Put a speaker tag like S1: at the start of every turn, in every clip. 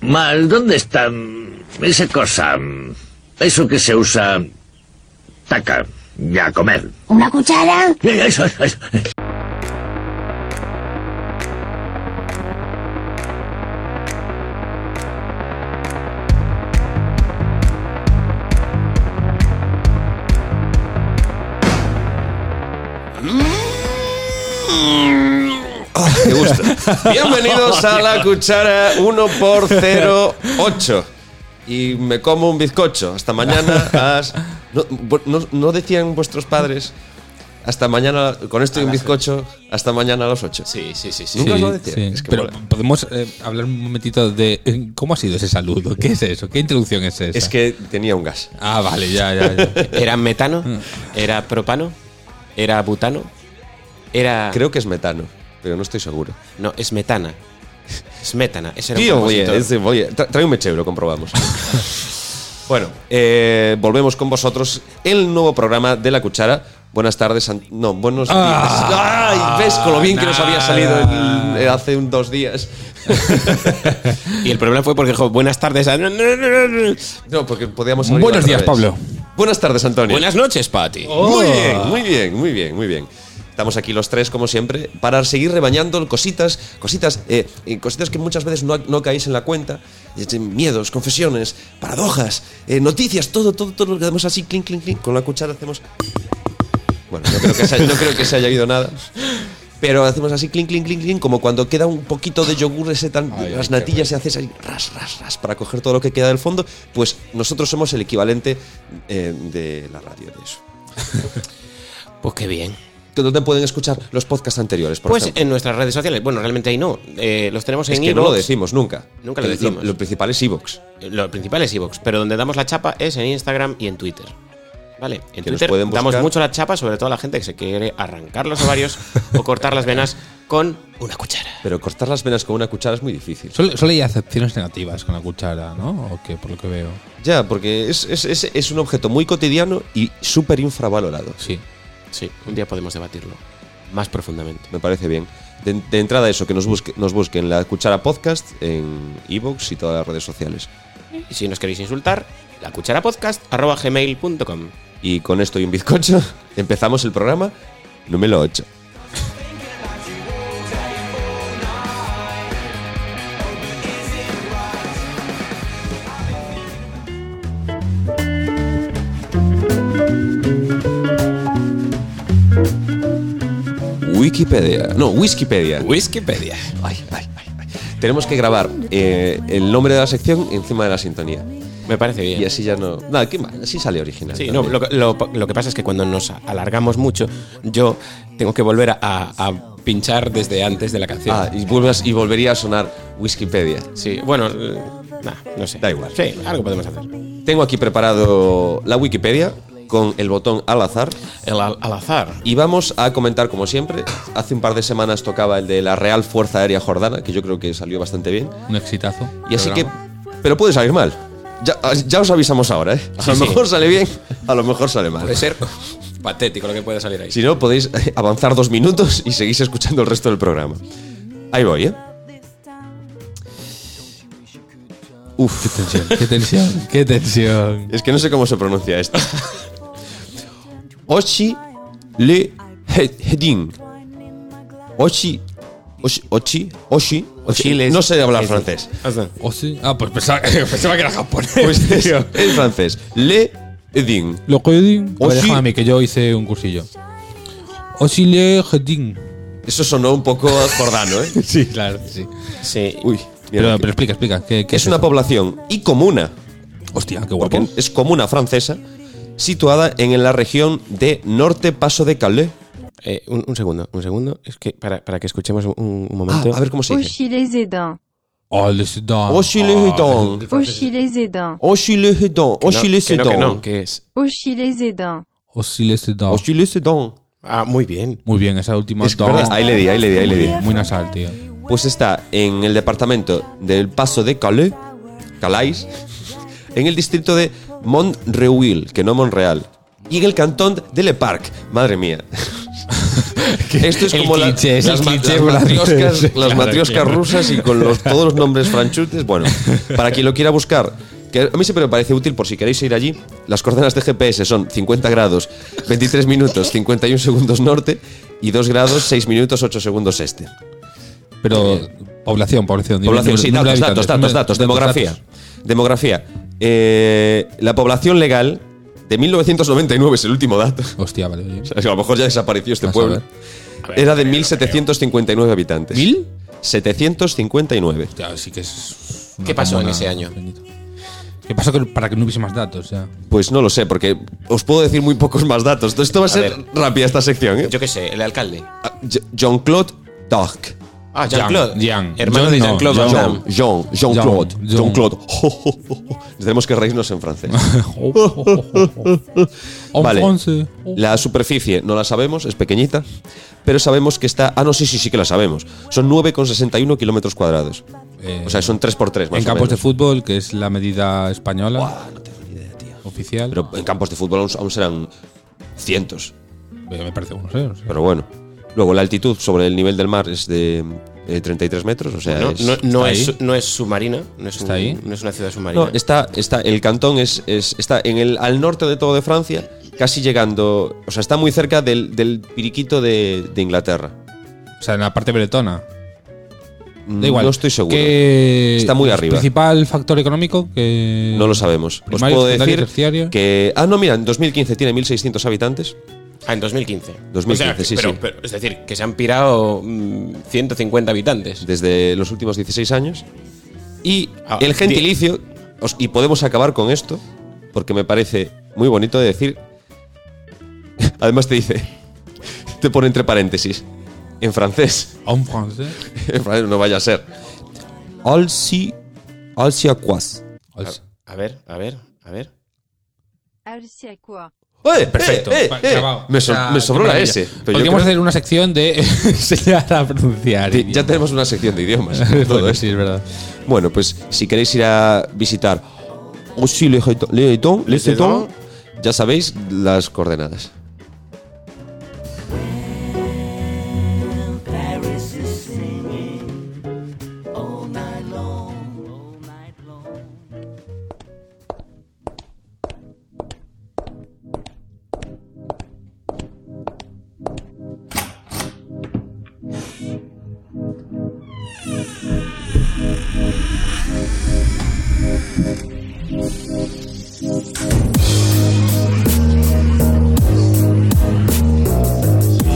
S1: Mal, ¿dónde está esa cosa? Eso que se usa... Taca, ya comer.
S2: ¿Una cuchara?
S1: Eso, eso, eso.
S3: Me gusta. Bienvenidos a la cuchara 1 por 08 Y me como un bizcocho. Hasta mañana. as- No, bu- no- no decían vuestros padres. Hasta mañana, con esto y un bizcocho, hasta mañana a las 8.
S4: Sí, sí, sí. sí.
S3: Nunca os lo
S5: Sí,
S3: decían.
S5: sí.
S3: Es que
S5: Pero
S3: mola.
S5: podemos eh, hablar un momentito de eh, cómo ha sido ese saludo. ¿Qué es eso? ¿Qué introducción es esa?
S3: Es que tenía un gas.
S5: Ah, vale, ya, ya. Eh, ya.
S4: Era metano,
S3: Mm.
S4: era propano, era butano, era.
S3: Creo que es metano, pero no estoy seguro.
S4: No, es metana. Es metana. Ese era un
S3: Tío, voy a,
S4: compositor.
S3: ese voy a- tra- trae un mechero, lo comprobamos. bueno, eh, volvemos con vosotros el nuevo programa de La Cuchara. Buenas tardes, Ant- no, buenos
S5: Ah,
S3: días. Ay, ¿Ves con lo bien que nos había
S5: nada.
S3: salido el- eh, hace un, dos días?
S4: Y el problema fue porque dijo, buenas tardes. a-
S3: No, porque podíamos abrirlo
S5: Buenos
S3: al
S5: días,
S3: revés.
S5: Pablo.
S3: Buenas tardes, Antonio.
S4: Buenas noches, Pati.
S3: Muy bien, muy bien, muy bien, muy bien. Estamos aquí los tres, como siempre, para seguir rebañando cositas, cositas, eh, eh, cositas que muchas veces no, no caéis en la cuenta. Eh, Miedos, confesiones, paradojas, eh, noticias, todo, todo, todo lo que hacemos así, clink, clink, clink. Con la cuchara hacemos. Bueno, no creo que se, no creo que se haya oído nada. Pero hacemos así, clink, clink, clink, clink, como cuando queda un poquito de yogur ese tan. las natillas se haces ahí, ras, ras, ras, para coger todo lo que queda del fondo. Pues nosotros somos el equivalente eh, de la radio de eso
S4: Pues qué bien.
S3: que donde pueden escuchar los podcasts anteriores, por
S4: Pues
S3: ejemplo.
S4: en nuestras redes sociales. Bueno, realmente ahí no. Eh, los tenemos en
S3: es que no lo
S4: iVoox.
S3: decimos nunca.
S4: Nunca lo decimos.
S3: Lo, principal es Evox.
S4: Lo principal es Evox, pero donde damos la chapa es en Instagram y en Twitter. Vale, en
S3: Que nos
S4: Twitter
S3: pueden
S4: damos
S3: buscar.
S4: mucho la chapa, sobre todo a la gente que se quiere arrancar los ovarios o cortar las venas con una cuchara.
S3: Pero cortar las venas con una cuchara es muy difícil.
S5: Solo, solo hay acepciones negativas con la cuchara, ¿no? O que por lo que veo.
S3: Ya, porque es, es- es- es un objeto muy cotidiano y súper infravalorado.
S5: Sí.
S4: Sí, un día podemos debatirlo más profundamente.
S3: Me parece bien. De, de entrada eso, que nos, busque- nos busquen la cuchara podcast en Evox y todas las redes sociales.
S4: Y si nos queréis insultar, la cuchara gmail.com.
S3: Y con esto y un bizcocho, empezamos el programa número 8. Wikipedia. No, Wikipedia.
S4: Wikipedia.
S3: Ay, ay, ay, ay. Tenemos que grabar eh, el nombre de la sección encima de la sintonía.
S4: Me parece bien.
S3: Y así ya no. Nada, qué mal, así sale original.
S4: Sí, no, lo, lo- lo que pasa es que cuando nos alargamos mucho, yo tengo que volver a, a pinchar desde antes de la canción.
S3: Ah, y, vuelvas, y volvería a sonar Wikipedia.
S4: Sí, bueno, eh, nah, no sé.
S3: Da igual.
S4: Sí, algo podemos hacer.
S3: Tengo aquí preparado la Wikipedia con el botón al azar.
S4: El al, al azar.
S3: Y vamos a comentar, como siempre, hace un par de semanas tocaba el de la Real Fuerza Aérea Jordana, que yo creo que salió bastante bien.
S5: Un exitazo.
S3: Y así que...
S5: Programa.
S3: Pero puede salir mal. Ya, ya os avisamos ahora, ¿eh? A
S4: Sí, Pues
S3: lo
S4: sí.
S3: mejor sale bien, a lo mejor sale mal.
S4: Puede ser patético lo que puede salir ahí.
S3: Si no, podéis eh, avanzar dos minutos y seguís escuchando el resto del programa. Ahí voy, ¿eh? Uf.
S5: Qué tensión, qué tensión.
S3: Es que no sé cómo se pronuncia esto. Ochi Le he- Hedin. Ochi. Ochi. Ochi. Ochi.
S4: Ochi les-
S3: No sé hablar
S4: les-
S3: francés.
S5: ¿O sí? Ah, pues pensaba, pensaba que era japonés.
S3: Pues es, es francés. Le Hedin.
S5: Lo que di-
S3: O Oh,
S5: Vale,
S3: sí.
S5: déjame a mí, que yo hice un cursillo. Oh, Osile Hedin.
S3: Eso sonó un poco jordano, ¿eh?
S5: Sí, claro, que sí.
S4: Sí.
S3: Uy.
S5: Pero,
S3: mira,
S5: pero explica, explica. ¿qué, qué
S3: es una
S5: eso?
S3: población y comuna.
S5: Hostia, qué
S3: porque
S5: guapo.
S3: es comuna francesa. Situada en la región de Norte Paso de Calais.
S4: Eh, un, un segundo, un segundo. Es que para, para que escuchemos un, un
S3: Ah,
S4: momento.
S3: a ver cómo se dice.
S6: Oshi les aidants.
S5: Oh, le Sudan.
S3: Ochi Le
S5: Ah.
S3: Hedin.
S6: Oshi les aidants.
S3: Ochi Le Hedin.
S4: Que no,
S3: Ochi Le
S4: que no, que
S3: Hedin.
S4: no, que es.
S6: Oshi les aidants.
S5: Osile Sudan.
S3: Ochi Le Hedin.
S4: Ah, muy bien.
S5: Muy bien, esa última.
S3: Oh, Es
S5: Don.
S3: verdad, ahí le di, ahí le di, ahí le di.
S5: Muy nasal, tío.
S3: Pues está en el departamento del Paso de Calais, Calais, en el distrito de Montreuil, que no Monreal, y en el cantón de Le Parc. Madre mía. Esto es
S5: El
S3: como la-
S5: cliché, es el
S3: las, ma-
S5: cliché
S3: las
S5: francés.
S3: matrioscas, las
S5: Claro,
S3: matrioscas
S5: claro.
S3: rusas y con los- todos los nombres franchutes. Bueno, para quien lo quiera buscar, que a mí siempre me parece útil por si queréis ir allí, las coordenadas de GPS son 50 grados, 23 minutos, 51 segundos norte y 2 grados, 6 minutos, 8 segundos este.
S5: Pero población, población. nivel-
S3: Población, sí,
S5: número de
S3: datos, datos,
S5: habitantes,
S3: datos,
S5: número-
S3: datos, demografía. Demografía. Eh, la población legal de 1999 es el último dato.
S5: datos. Hostia, vale. oye.
S3: O sea, a lo mejor ya desapareció este
S5: Vas a
S3: pueblo.
S5: ver.
S3: Era de 1759 habitantes.
S5: ¿Mil?
S3: 759.
S5: Hostia, sí que es.
S4: ¿Qué
S5: una
S4: pasó en
S5: comuna,
S4: ese año?
S5: Benito. ¿Qué pasó que- para que no hubiese más datos? ya?
S3: Pues no lo sé, porque os puedo decir muy pocos más datos. Entonces, Esto va a, ser
S4: ver.
S3: rápida esta sección. ¿eh?
S4: Yo qué sé, el alcalde.
S3: Ah, Je- Jean-Claude Darc.
S4: Ah,
S5: Jean,
S4: Jean-Claude.
S5: Jean.
S4: Hermano
S5: John
S4: de
S5: no,
S4: Jean-Claude Van
S3: Jean,
S4: Damme.
S3: Jean, Jean-Claude.
S5: Jean.
S3: Jean-Claude. Tenemos que reírnos en francés.
S5: En
S3: Vale.
S5: France.
S3: La superficie no la sabemos, es pequeñita, pero sabemos que está... Ah, no, sí, sí, sí que la sabemos. Son 9,61 kilómetros cuadrados.
S5: Eh,
S3: O sea, son 3x3 más
S5: en
S3: o
S5: campos de
S3: menos. Ah,
S5: fútbol, que es la medida española oficial.
S3: Pero en campos de fútbol aún, aún serán cientos,
S5: Eh, me parece bueno, no sé, no sé.
S3: pero bueno. Luego, la altitud sobre el nivel del mar es de eh, 33 metros, o sea,
S4: No,
S3: es-
S4: no, no
S5: ¿Está
S4: es,
S5: ahí?
S4: no es submarina. No es, un-
S5: ¿Está ahí?
S4: no es una ciudad submarina.
S3: No, está, está, el cantón es, es- está en el, al norte de todo de Francia, casi llegando, o sea, está muy cerca del, del piriquito de, de Inglaterra.
S5: O sea, en la parte bretona. Da igual.
S3: No Mm, estoy seguro.
S5: Que
S3: Está muy
S5: el
S3: arriba.
S5: Principal factor económico que.
S3: No lo sabemos. Os
S5: Primario,
S3: puedo
S5: secundario,
S3: decir
S5: terciario.
S3: que... Ah, no, mira, en 2015 tiene 1.600 habitantes.
S4: Ah, en 2015.
S3: 2015,
S4: O sea,
S3: sí,
S4: pero-
S3: sí.
S4: pero- es decir, que se han pirado mm, 150 habitantes.
S3: desde los últimos 16 años. Y
S4: Ah,
S3: el gentilicio, os- y podemos acabar con esto, porque me parece muy bonito de decir. Además te dice, te pone entre paréntesis, en francés,
S5: En France.
S3: en francés no vaya a ser. Alci, alciacuas.
S5: Pues,
S4: A ver, a ver, a ver.
S6: Alsacois.
S3: ¡Eh,
S4: Perfecto.
S3: eh, eh,
S5: Pa-
S3: eh!
S5: clavado.
S3: Me, so-
S5: O sea,
S3: me sobró
S5: qué
S3: la
S5: maravilla.
S3: S. pero yo
S5: Podríamos
S3: creo-
S5: hacer una sección de enseñar a pronunciar.
S3: te- ya tenemos una sección de idiomas. con todo
S5: Bueno,
S3: esto.
S5: sí, es verdad.
S3: Bueno, pues si queréis ir a visitar aussi le Redon- le Redon- le Redon, ya sabéis las coordenadas.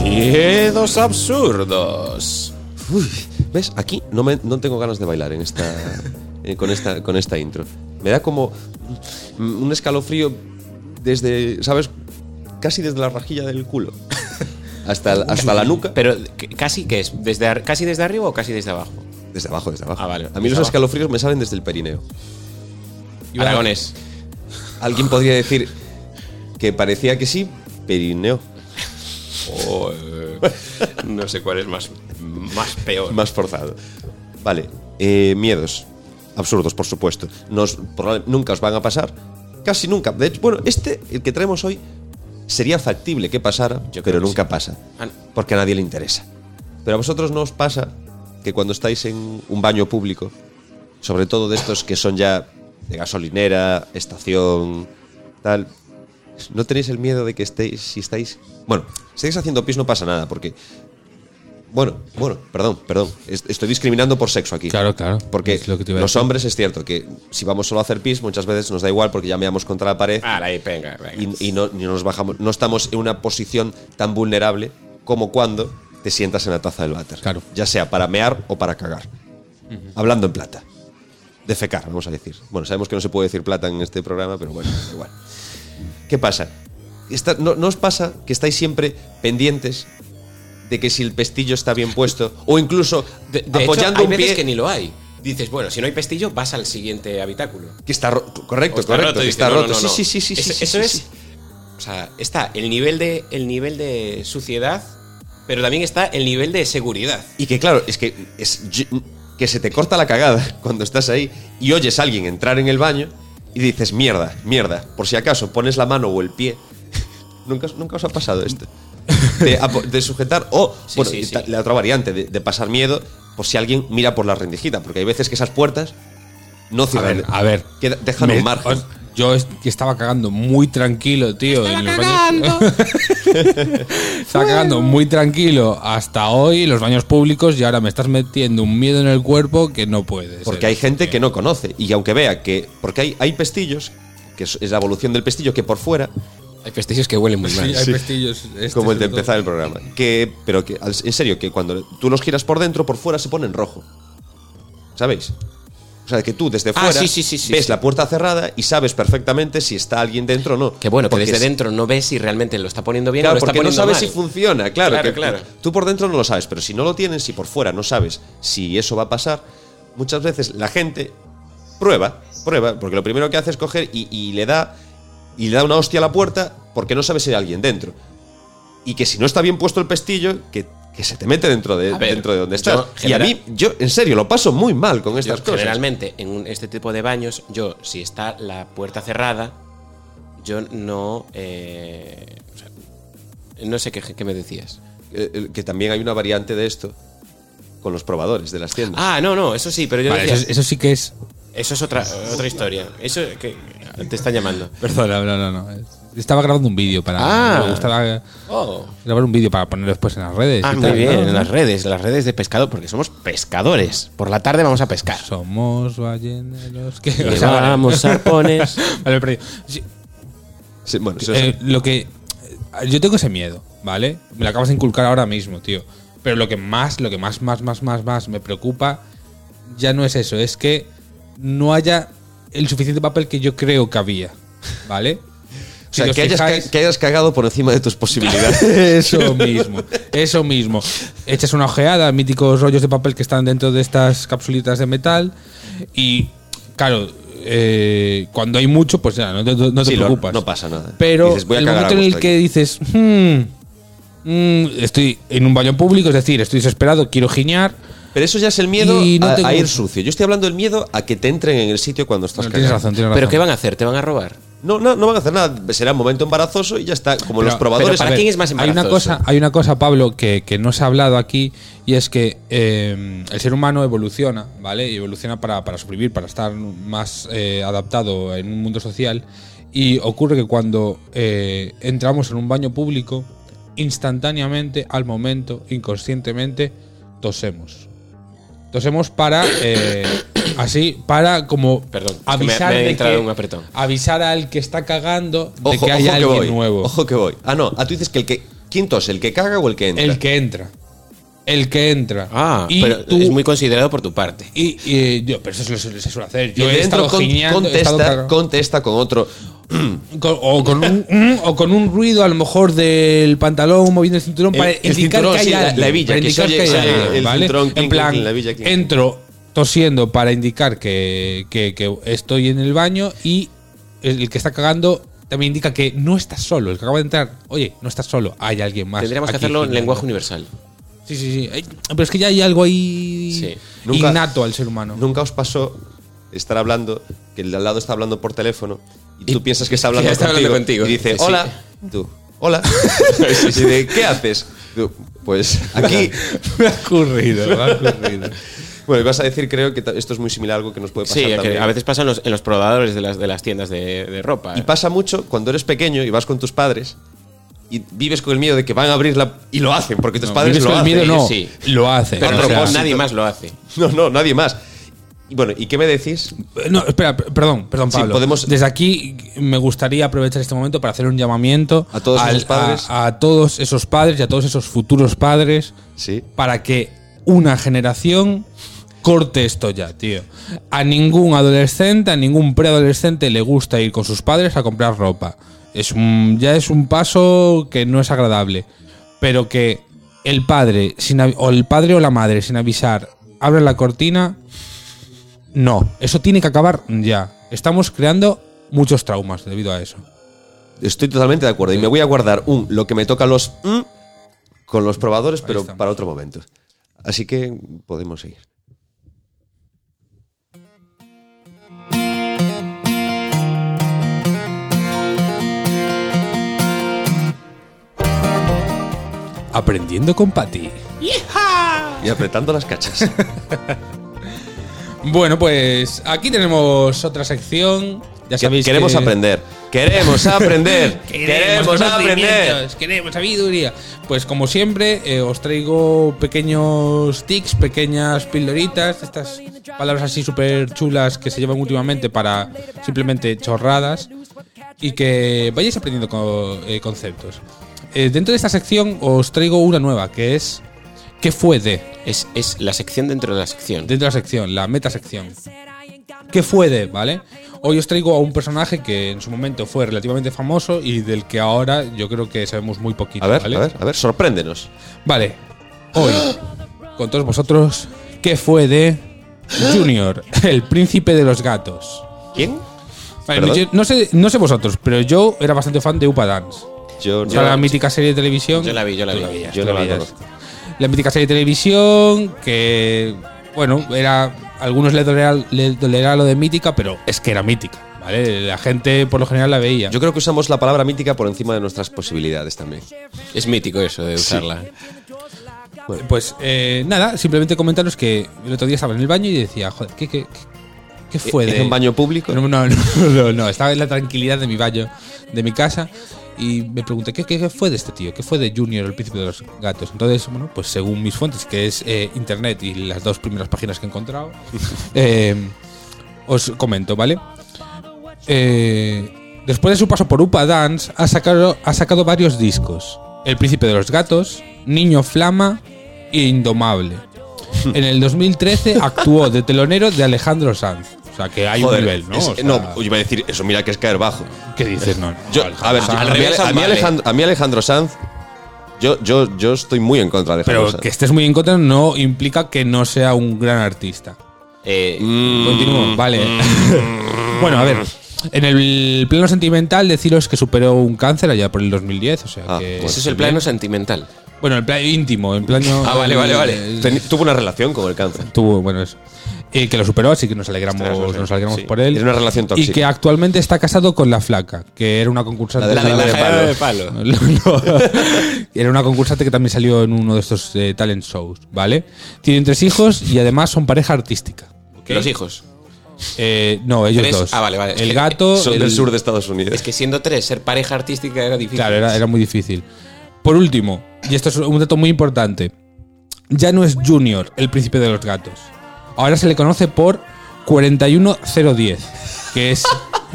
S4: Miedos absurdos.
S3: Uy, ¿Ves? Aquí no, me- no tengo ganas de bailar en esta, eh, con esta con esta intro. Me da como mm, un escalofrío desde, ¿sabes? Casi desde la rajilla del culo hasta, el- hasta la nuca.
S4: Pero ¿qué- casi que es desde ar- casi desde arriba o casi desde abajo.
S3: Desde abajo, desde abajo.
S4: Ah, vale,
S3: A mí
S4: desde
S3: los
S4: abajo.
S3: escalofríos me salen desde el perineo.
S4: Aragones.
S3: Alguien podría decir que parecía que sí, perineo.
S4: no sé cuál es más más peor.
S3: más forzado. Vale, eh, miedos. Absurdos, por supuesto. Nos, probable- nunca os van a pasar. Casi nunca. De hecho, bueno, este, el que traemos hoy, sería factible que pasara,
S4: Yo creo
S3: pero
S4: que
S3: nunca
S4: sí.
S3: pasa.
S4: Ah, no.
S3: Porque a nadie le interesa. Pero a vosotros no os pasa que cuando estáis en un baño público, sobre todo de estos que son ya de gasolinera, estación, tal, no tenéis el miedo de que estéis, si estáis... Bueno, si estáis haciendo pis no pasa nada, porque bueno, bueno, perdón, perdón. Es- Estoy discriminando por sexo aquí.
S5: Claro, claro.
S3: Porque
S5: Es lo que te iba a
S3: los
S5: decir.
S3: hombres es cierto que si vamos solo a hacer pis, muchas veces nos da igual porque ya meamos contra la pared
S4: Ah, ahí, venga, venga.
S3: y, y no, ni nos bajamos, no estamos en una posición tan vulnerable como cuando te sientas en la taza del váter.
S5: Claro.
S3: Ya sea para mear o para cagar. Hablando en plata. Defecar, vamos a decir. Bueno, sabemos que no se puede decir plata en este programa, pero bueno, da igual. ¿Qué pasa? Está- no, ¿No os pasa que estáis siempre pendientes de que si el pestillo está bien puesto o incluso
S4: De, de hecho,
S3: apoyando
S4: hay
S3: un
S4: veces
S3: pie
S4: que ni lo hay. Dices, bueno, si no hay pestillo, vas al siguiente habitáculo.
S3: que está ro- correcto,
S4: O está
S3: correcto,
S4: roto,
S3: que
S4: dice,
S3: está
S4: no, no,
S3: roto.
S4: no, no.
S3: Sí, sí, sí, sí,
S4: Eso-
S3: sí,
S4: Eso
S3: sí,
S4: es.
S3: sí.
S4: O sea, está el nivel de el nivel de suciedad, pero también está el nivel de seguridad.
S3: Y que claro, es que es y- que se te corta la cagada cuando estás ahí y oyes a alguien entrar en el baño y dices, mierda, mierda, por si acaso pones la mano o el pie. ¿Nunca, os- nunca os ha pasado esto. de, apo- de sujetar o
S4: Sí,
S3: bueno,
S4: sí,
S3: y
S4: sí.
S3: ta- la otra variante de, de pasar miedo por si alguien mira por la rendijita, porque hay veces que esas puertas no
S5: A
S3: cierran.
S5: ver, a ver.
S3: Que dejan
S5: Me-
S3: un margen.
S5: os- Yo es- que estaba cagando muy tranquilo, tío. en los baños- estaba cagando muy tranquilo hasta hoy en los baños públicos y ahora me estás metiendo un miedo en el cuerpo que no puedes.
S3: Porque hay gente que no conoce. Y aunque vea que. Porque hay, hay pestillos, que es es la evolución del pestillo, que por fuera,
S4: Hay pestillos que huelen muy mal.
S5: Sí, hay pestillos. este
S3: como el de
S5: sobre todo.
S3: empezar el programa. Que, pero que, al- en serio, que cuando tú los giras por dentro, por fuera se ponen rojo. ¿Sabéis? O sea, que tú desde
S4: Ah,
S3: fuera
S4: sí, sí, sí, sí,
S3: ves
S4: sí.
S3: la puerta cerrada y sabes perfectamente si está alguien dentro o no.
S4: Que bueno, que
S3: Porque
S4: desde
S3: si-
S4: dentro no ves si realmente lo está poniendo bien o
S3: Claro,
S4: lo está
S3: porque no
S4: poniendo
S3: sabes
S4: mal.
S3: si funciona, claro.
S4: Claro,
S3: que
S4: claro.
S3: Tú por dentro no lo sabes, pero si no lo tienes, si por fuera no sabes si eso va a pasar, muchas veces la gente prueba, prueba, porque lo primero que hace es coger y, y le da y le da una hostia a la puerta porque no sabe si hay alguien dentro. Y que si no está bien puesto el pestillo, que, que se te mete dentro de,
S4: A ver,
S3: dentro de donde
S4: yo
S3: estás.
S4: genera-
S3: y a mí, yo en serio, lo paso muy mal con
S4: Yo,
S3: estas cosas.
S4: Generalmente, en un- este tipo de baños, yo, si está la puerta cerrada, yo no. eh, o sea, no sé qué, qué me decías.
S3: Eh, eh, que también hay una variante de esto con los probadores de las tiendas.
S4: Ah, no, no, eso sí, pero yo
S5: Vale,
S4: decía.
S5: eso, eso sí que es.
S4: Eso es otra, otra historia. Eso que te están llamando.
S5: Perdona, no, no, no. Estaba grabando un vídeo para.
S4: Ah.
S5: Me gustaba
S4: Oh.
S5: grabar un vídeo para ponerlo después en las redes.
S4: Ah,
S5: y
S4: muy
S5: tal,
S4: bien,
S5: ¿no?
S4: en las redes, en las redes de pescado, porque somos pescadores. Por la tarde vamos a pescar.
S5: Somos balleneros que. O sea, vale.
S4: Llevábamos arpones.
S5: Vale, he perdido. Sí,
S3: Sí, bueno, eso es-
S5: eh, lo que. Yo tengo ese miedo, ¿vale? Me lo acabas de inculcar ahora mismo, tío. Pero lo que más, lo que más, más, más, más, más me preocupa ya no es eso, es que no haya el suficiente papel que yo creo que había, ¿vale?
S3: o sea, que, hayas, ca- que hayas cagado por encima de tus posibilidades.
S5: Eso mismo, eso mismo. Echas una ojeada, míticos rollos de papel que están dentro de estas capsulitas de metal. Y claro, eh, cuando hay mucho, pues ya, no te, no te
S3: Sí, lo-
S5: preocupas.
S3: no pasa nada.
S5: Pero
S3: Dices, voy a
S5: el
S3: cagar a
S5: momento en el
S3: gusto
S5: que
S3: aquí.
S5: dices, "Hmm, mm, estoy en un baño público, es decir, estoy desesperado, quiero giñar.
S3: Pero eso ya es el miedo
S5: Y no
S3: a,
S5: tengo-
S3: a ir sucio. Yo estoy hablando del miedo a que te entren en el sitio cuando estás
S5: Bueno, tienes
S3: cagando.
S5: razón, tienes razón.
S4: ¿Pero qué van a hacer? ¿Te van a robar?
S3: No, no, no van a hacer nada. Será un momento embarazoso y ya está. Como los
S5: Pero-
S3: probadores.
S4: pero para
S5: A ver,
S4: quién es más
S5: Hay una
S4: embarazoso?
S5: cosa, hay una cosa Pablo, que, que no se ha hablado aquí y es que eh, el ser humano evoluciona, ¿vale? Y evoluciona para, para sobrevivir, para estar más eh, adaptado en un mundo social. Y ocurre que cuando eh, entramos en un baño público, instantáneamente, al momento, inconscientemente, tosemos. Tosemos para, eh, así, para como
S4: Perdón, es que me-
S5: avisar,
S4: me ha
S5: de
S4: entrado
S5: que-
S4: un apretón.
S5: avisar al que está cagando de
S3: ojo,
S5: que hay
S3: ojo
S5: alguien
S3: voy.
S5: nuevo.
S3: Ojo que voy. Ah, no. Ah, tú dices que el que. ¿Quién tose? ¿El que caga o el que entra?
S5: El que entra. El que entra.
S4: Ah,
S5: Y
S4: pero
S5: tú-
S4: es muy considerado por tu parte.
S5: y, y yo, pero eso se, suele- se suele hacer.
S3: Y
S5: Yo he
S3: dentro
S5: estado
S3: con-
S5: giñando, he estado
S3: contesta,
S5: cagando.
S3: contesta con otro.
S5: Con- o, con un, mm, o con un ruido, a lo mejor, del pantalón moviendo el cinturón
S3: El-
S5: para
S3: el
S5: indicar
S3: cinturón,
S5: que hay
S3: sí, la-
S5: alguien,
S3: la hebilla,
S5: para
S3: que se
S5: indicar
S3: oye,
S5: que hay
S3: se oye
S5: alguien,
S3: el
S5: ¿vale?
S3: cinturón, clink,
S5: en plan,
S3: clink, la hebilla, clink.
S5: entro tosiendo para indicar que, que- que estoy en el baño y el que está cagando también indica que no estás solo. El que acaba de entrar, oye, no estás solo, hay alguien más.
S4: Tendríamos que
S5: aquí
S4: hacerlo en
S5: giñando".
S4: lenguaje universal.
S5: Sí, sí, sí. Ay, Pero es que ya hay algo ahí
S4: Sí.
S3: Nunca-
S5: innato al ser humano.
S3: Nunca os pasó estar hablando, que el de al lado está hablando por teléfono y, tú piensas que está hablando,
S4: ya está
S3: contigo,
S4: hablando contigo.
S3: Y dice,
S4: Sí.
S3: hola. Tú, hola. y de, ¿qué haces? Tú, pues aquí.
S5: me ha ocurrido, me ha ocurrido.
S3: Bueno, y vas a decir, creo que ta- esto es muy similar a algo que nos puede pasar
S4: Sí, que
S3: también.
S4: a veces pasa en los, en los probadores de las, de las tiendas de, de ropa.
S3: Y pasa mucho cuando eres pequeño y vas con tus padres y vives con el miedo de que van a abrir la... Y lo hacen, porque tus
S5: No,
S3: padres
S5: vives
S3: lo
S5: con el
S3: hacen. ¿eh?
S5: miedo, no.
S4: sí.
S5: Lo hacen.
S4: pero
S3: a
S5: o sea,
S3: propósito.
S4: nadie más lo hace.
S3: No, no, nadie más. Y bueno, ¿y qué me decís?
S5: no, espera, p- perdón, perdón,
S3: Sí,
S5: Pablo.
S3: podemos-
S5: Desde aquí me gustaría aprovechar este momento para hacer un llamamiento
S3: A todos esos padres.
S5: A, a todos esos padres y a todos esos futuros padres
S3: Sí.
S5: para que una generación corte esto ya, tío. A ningún adolescente, a ningún preadolescente le gusta ir con sus padres a comprar ropa. Es un- ya es un paso que no es agradable, pero que el padre sin avi- o el padre o la madre sin avisar abre la cortina, no, eso tiene que acabar ya. Estamos creando muchos traumas debido a eso.
S3: Estoy totalmente de acuerdo. Y me voy a guardar un, lo que me toca los... mm, con los probadores, pero
S5: estamos.
S3: para otro momento. Así que podemos seguir.
S5: Aprendiendo con Patty.
S3: Y apretando las cachas.
S5: Bueno, pues aquí tenemos otra sección. Ya sabéis que-
S3: queremos aprender. Queremos aprender. queremos aprender.
S5: conocimientos, Queremos sabiduría. Pues como siempre, eh, os traigo pequeños tics, pequeñas pildoritas, estas palabras así súper chulas que se llevan últimamente para simplemente chorradas y que vayáis aprendiendo co- eh, conceptos. Eh, dentro de esta sección os traigo una nueva que es ¿Qué fue de?
S4: Es, es la sección dentro de la sección.
S5: Dentro de la sección, la meta sección. ¿Qué fue de, vale? Hoy os traigo a un personaje que en su momento fue relativamente famoso y del que ahora yo creo que sabemos muy poquito.
S3: A ver,
S5: ¿vale?
S3: a ver, a ver, sorpréndenos.
S5: Vale, hoy, con todos vosotros, ¿qué fue de Junior, el príncipe de los gatos?
S3: ¿Quién?
S5: Vale,
S3: ¿Perdón?
S5: yo- no, sé, no sé vosotros, pero yo era bastante fan de Upa Dance.
S3: Pues Yo
S5: O sea, la mítica serie de televisión.
S4: Yo la vi, yo la
S5: Tú
S4: vi.
S5: veías,
S3: Yo
S5: tú
S3: no
S5: la
S3: la
S5: veías.
S3: conozco.
S5: La mítica serie de televisión que, bueno, era algunos le dolera, le dolerá lo de mítica, pero es que era mítica, ¿vale? La gente por lo general la veía.
S3: Yo creo que usamos la palabra mítica por encima de nuestras posibilidades también.
S4: Es mítico eso de usarla.
S5: pues eh, nada, simplemente comentaros que el otro día estaba en el baño y decía, joder, ¿qué, qué, qué- qué fue
S3: ¿En
S5: de...?
S3: un baño público?
S5: No, no, no, no, no, estaba en la tranquilidad de mi baño, de mi casa, y me pregunté, ¿qué, qué, qué fue de este tío? ¿Qué fue de Junior, el príncipe de los gatos? Entonces, bueno, pues según mis fuentes, que es eh, internet y las dos primeras páginas que he encontrado, eh, os comento, ¿vale? Eh, después de su paso por Upa Dance, ha sacado, ha sacado varios discos. El príncipe de los gatos, Niño Flama e Indomable. En el 2013 actuó de telonero de Alejandro Sanz. O sea, que hay
S3: Joder,
S5: un nivel, ¿no?
S3: es-
S5: O sea,
S3: no, yo iba a decir, eso mira que es caer bajo.
S5: ¿Qué dices? No, no,
S3: Yo,
S5: Alejandro
S3: a ver,
S5: Sanz.
S3: a,
S4: al
S3: mí,
S4: revés,
S3: a mí
S4: vale.
S3: Alejandro, a mí Alejandro Sanz, yo, yo, yo estoy muy en contra de Alejandro
S5: pero
S3: Sanz.
S5: que estés muy en contra no implica que no sea un gran artista. Mm.
S4: Eh,
S5: Continúo, vale. bueno, a ver. En el plano sentimental, deciros que superó un cáncer allá por el 2010. O sea
S3: Ah,
S5: que.
S3: pues
S4: ese es el plano sentimental.
S5: Bueno, el plano íntimo, en plano.
S4: Ah, vale, vale, vale.
S5: eh,
S3: Teni- tuvo una relación con el cáncer.
S5: Tuvo, bueno, eso. Eh, que lo superó, así que nos alegramos,
S3: Ostras, no sé.
S5: nos alegramos
S3: Sí.
S5: por él.
S3: Era una relación
S5: Y
S3: tóxica.
S5: que actualmente está casado con la flaca, que era una concursante.
S3: La de la jarana de
S4: palo.
S5: No, no. Era una concursante que también salió en uno de estos eh, talent shows, ¿vale? Tienen tres hijos y además son pareja artística.
S4: Los hijos.
S5: Eh, no, ellos
S4: Tres.
S5: dos.
S4: Ah, vale, vale. Es
S5: El
S4: que-
S5: gato.
S3: Son
S5: Oh, el-
S3: del sur de Estados Unidos.
S4: Es que siendo tres, ser pareja artística era difícil.
S5: Claro, era, era muy difícil. Por último, y esto es un dato muy importante, ya no es Junior, el príncipe de los gatos. Ahora se le conoce por 41010, que es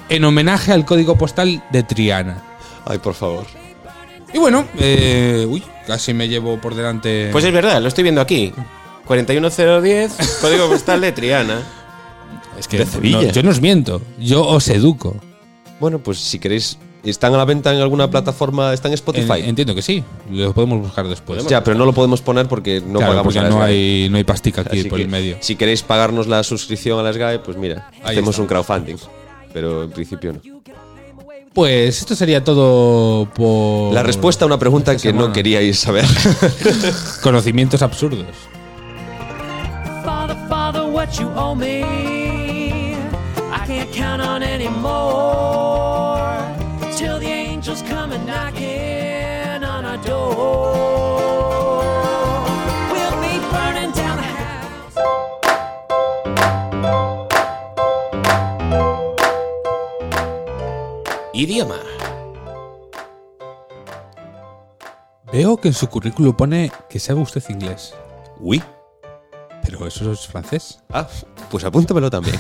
S5: en homenaje al código postal de Triana.
S3: Ay, por favor.
S5: Y bueno, eh, uy, casi me llevo por delante.
S4: Pues es verdad, lo estoy viendo aquí. 41010, código postal de Triana.
S5: es que
S3: de
S5: no,
S3: Sevilla.
S5: yo no os miento, yo os educo.
S3: Bueno, pues si queréis, están a la venta en alguna plataforma, están en
S5: En-
S3: Spotify.
S5: entiendo que sí, lo podemos buscar después.
S3: ya, pero no lo podemos poner porque no
S5: Claro,
S3: pagamos
S5: porque
S3: a la
S5: no
S3: SGAE.
S5: hay, no hay pastica aquí
S3: Así
S5: por
S3: que
S5: el medio.
S3: Si queréis pagarnos la suscripción a las GAE, pues mira,
S5: Ahí
S3: hacemos
S5: está.
S3: un crowdfunding. Pero en principio no.
S5: Pues esto sería todo por.
S3: La respuesta a una pregunta que no
S5: Oh. semana.
S3: queríais saber.
S5: Conocimientos absurdos.
S2: Father, Father, what you owe me. I can't count on anymore. Till the angels come and knocking on our door. We'll be burning down the house.
S4: Idioma.
S5: Veo que en su currículo pone que sabe usted inglés.
S3: Uy.
S5: Pero eso es francés.
S3: Ah, pues apúntamelo también.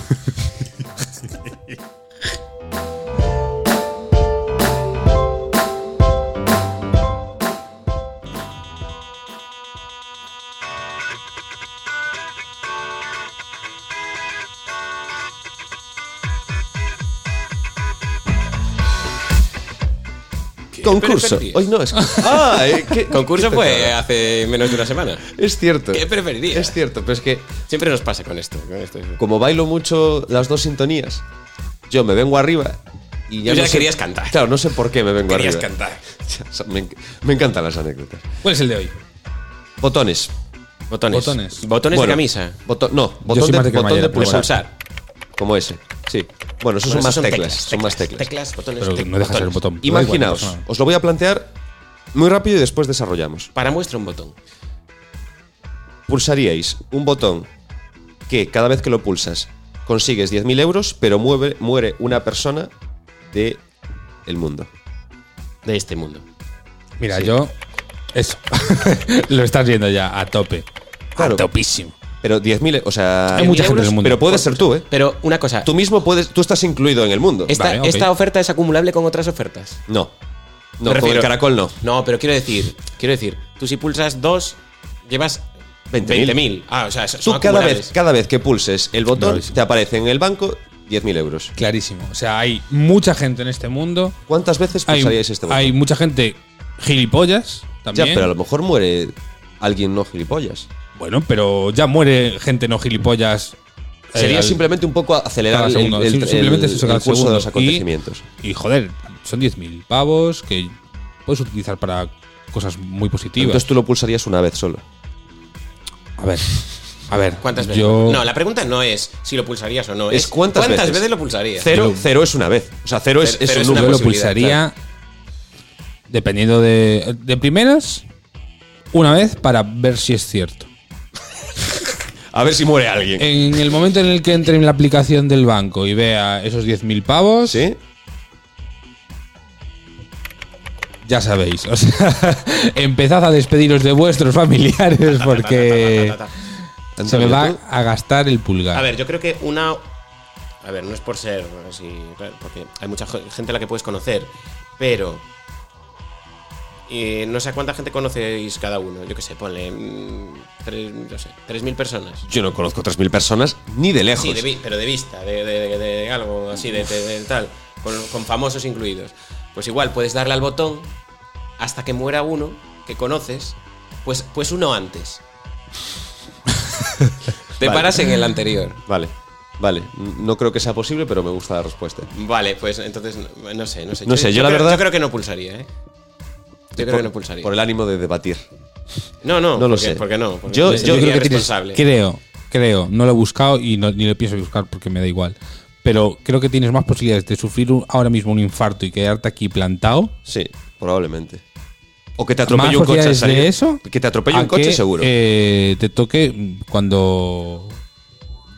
S3: Concurso.
S4: preferís?
S3: Hoy no es. Ah, eh, ¿qué-
S4: Concurso
S3: qué
S4: fue
S3: pecado.
S4: hace menos de una semana.
S3: Es cierto.
S4: ¿Qué preferirías?
S3: Es cierto, pero es que
S4: Siempre nos pasa con esto. Con esto. Tú
S3: como bailo mucho las dos sintonías, yo me vengo arriba y ya
S4: ya,
S3: no sé-
S4: querías cantar.
S3: Claro, no sé por qué me vengo
S4: Querías
S3: arriba.
S4: cantar.
S3: O sea, me, enc- me encantan las anécdotas.
S5: ¿Cuál es el de hoy?
S3: Botones.
S4: Botones.
S5: Botones.
S4: de
S3: Bueno,
S4: camisa.
S3: boto- no, botón
S5: soy
S3: de,
S5: más
S3: botón
S5: de cremallera,
S3: de
S5: pero
S3: pulsar.
S4: Pulsar.
S3: Como ese. Sí. Bueno, esos son
S4: Bueno,
S3: más
S4: esas
S3: teclas, Son más teclas.
S4: Teclas, botones.
S5: Pero
S4: tec-
S5: no deja de ser un
S4: botones.
S5: botón. Da igual, no
S3: Imaginaos,
S5: pasa nada.
S3: os lo voy a plantear Muy rápido y después desarrollamos.
S4: Para muestra un botón.
S3: Pulsaríais un botón que cada vez que lo pulsas consigues 10.000 euros, pero mueve- muere una persona de el mundo.
S4: De este mundo.
S5: Mira, yo. Eso. Lo estás viendo ya a tope.
S3: Claro.
S5: A topísimo.
S3: Pero 10.000, o sea,
S5: Hay mucha
S3: 10.000
S5: gente en el mundo.
S3: Pero puedes ser tú, ¿eh?
S4: Pero una cosa.
S3: Tú mismo puedes, tú estás incluido en el mundo.
S4: esta,
S5: Vale, ok.
S4: esta oferta es acumulable con otras ofertas.
S3: No.
S4: Me
S3: No, con
S4: refiero-
S3: el caracol no.
S4: No, pero quiero decir, quiero decir, tú si pulsas dos, llevas
S3: 20.000.
S4: 20.000. ah, o sea, son
S3: Tú cada
S4: acumulables.
S3: vez, cada vez que pulses el botón,
S5: Bravísimo.
S3: te aparece en el banco 10.000 euros.
S5: Clarísimo. O sea, hay mucha gente en este mundo.
S3: ¿Cuántas veces
S5: Hay,
S3: pulsaríais este botón?
S5: hay mucha gente gilipollas
S3: ya,
S5: también.
S3: pero a lo mejor muere alguien no gilipollas.
S5: Bueno, pero ya muere gente no gilipollas. eh,
S3: Sería
S5: al-
S3: simplemente un poco acelerar
S5: cada
S3: el,
S5: segundo.
S3: el-
S5: Sim- simplemente
S3: el-
S5: es eso, cada
S3: el curso de los
S5: segundo. Y-
S3: acontecimientos.
S5: Y joder, son 10.000 pavos que puedes utilizar para cosas muy positivas.
S3: Entonces tú lo pulsarías una vez solo.
S5: a ver, a ver.
S4: ¿Cuántas veces?
S5: yo,
S4: No, la pregunta no es si lo pulsarías o no.
S5: Pues,
S3: Es cuántas veces.
S4: lo pulsarías.
S3: Cero,
S5: Yo-
S3: cero es una vez. O sea, cero es,
S4: Cero-
S3: es
S4: cero es
S3: un
S4: una
S5: yo
S3: número.
S5: lo
S4: posibilidad,
S5: pulsaría dependiendo de. De primeras, una vez para ver si es cierto.
S3: A ver si muere alguien.
S5: En el momento en el que entre en la aplicación del banco y vea esos 10.000 pavos,
S3: ¿Sí?
S5: ya sabéis. O sea, empezad a despediros de vuestros familiares porque se me
S3: Antonio,
S5: va
S3: ¿tú?
S5: a gastar el
S3: Ah.
S5: pulgar.
S4: A ver, yo creo que una. A ver, no es por ser así, claro, porque hay mucha jo- gente a la que puedes conocer, pero. eh, no sé a cuánta gente conocéis cada uno. Yo qué sé, ponle. mm, tres- no sé, 3.000 personas.
S3: Yo no conozco 3.000 personas ni de lejos.
S4: Sí, de vi- pero de vista, de, de- de- de algo así, de, de- de tal, con, con famosos incluidos. Pues igual puedes darle al botón hasta que muera uno que conoces, pues, pues uno antes. Te
S3: Vale.
S4: paras en el anterior.
S3: Vale, vale. No creo que sea posible, pero me gusta la respuesta.
S4: Vale, pues entonces no, no sé, no sé.
S3: No sé, yo la
S4: creo-
S3: verdad-
S4: Yo creo que no pulsaría, ¿eh? Yo creo que no pulsaría.
S3: Por el ánimo de debatir.
S4: no, no,
S3: no lo
S4: porque-
S3: sé.
S4: Porque no. porque
S3: Yo-
S4: no
S3: yo
S5: yo
S4: sería
S5: creo que tienes,
S4: responsable.
S5: creo, creo, no lo he buscado y no- ni lo pienso buscar porque me da igual. Pero creo que tienes más posibilidades de sufrir un- ahora mismo un infarto y quedarte aquí plantado.
S3: Sí, probablemente. O que te
S5: más
S3: atropelle un coche.
S5: posibilidades
S3: ¿sabes?
S5: de eso.
S3: Que te atropelle
S5: a
S3: un coche
S5: que,
S3: seguro.
S5: eh, te toque cuando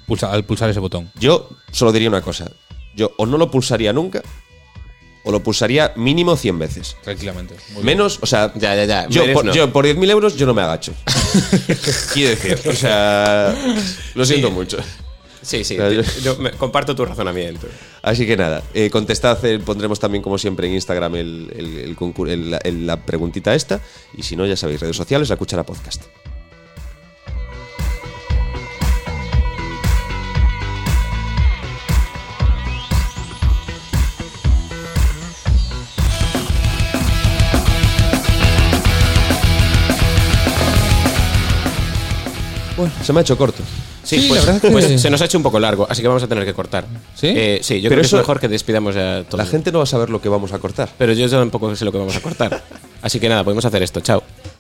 S5: pulsa- al pulsar ese botón.
S3: Yo solo diría una cosa. Yo o no lo pulsaría nunca, o lo pulsaría mínimo 100 veces.
S5: Tranquilamente.
S3: Menos, o sea,
S4: Ya, ya, ya.
S3: Yo
S4: Menos
S3: por,
S4: no.
S3: yo por 10.000 euros yo no me agacho. Quiero decir, o sea, lo siento mucho.
S4: Sí, sí.
S3: Yo-
S4: te- yo me- comparto tu razonamiento.
S3: Así que nada, eh, contestad, eh, pondremos también como siempre en Instagram el, el- el concur- el- la- el- la preguntita esta. Y si no, ya sabéis, redes sociales, la cuchara podcast. Bueno, se me ha hecho corto.
S4: Sí,
S5: Sí,
S4: pues,
S5: la verdad es
S4: pues
S5: que-
S4: se nos ha hecho un poco largo, así que vamos a tener que cortar.
S5: ¿Sí?
S4: Eh, sí,
S3: Pero
S4: yo creo que es
S3: eso-
S4: mejor que despidamos a todo.
S3: La
S4: el mundo.
S3: gente no va a saber lo que vamos a cortar.
S4: Pero yo tampoco sé lo que vamos a cortar. así que nada, podemos hacer esto. Chao.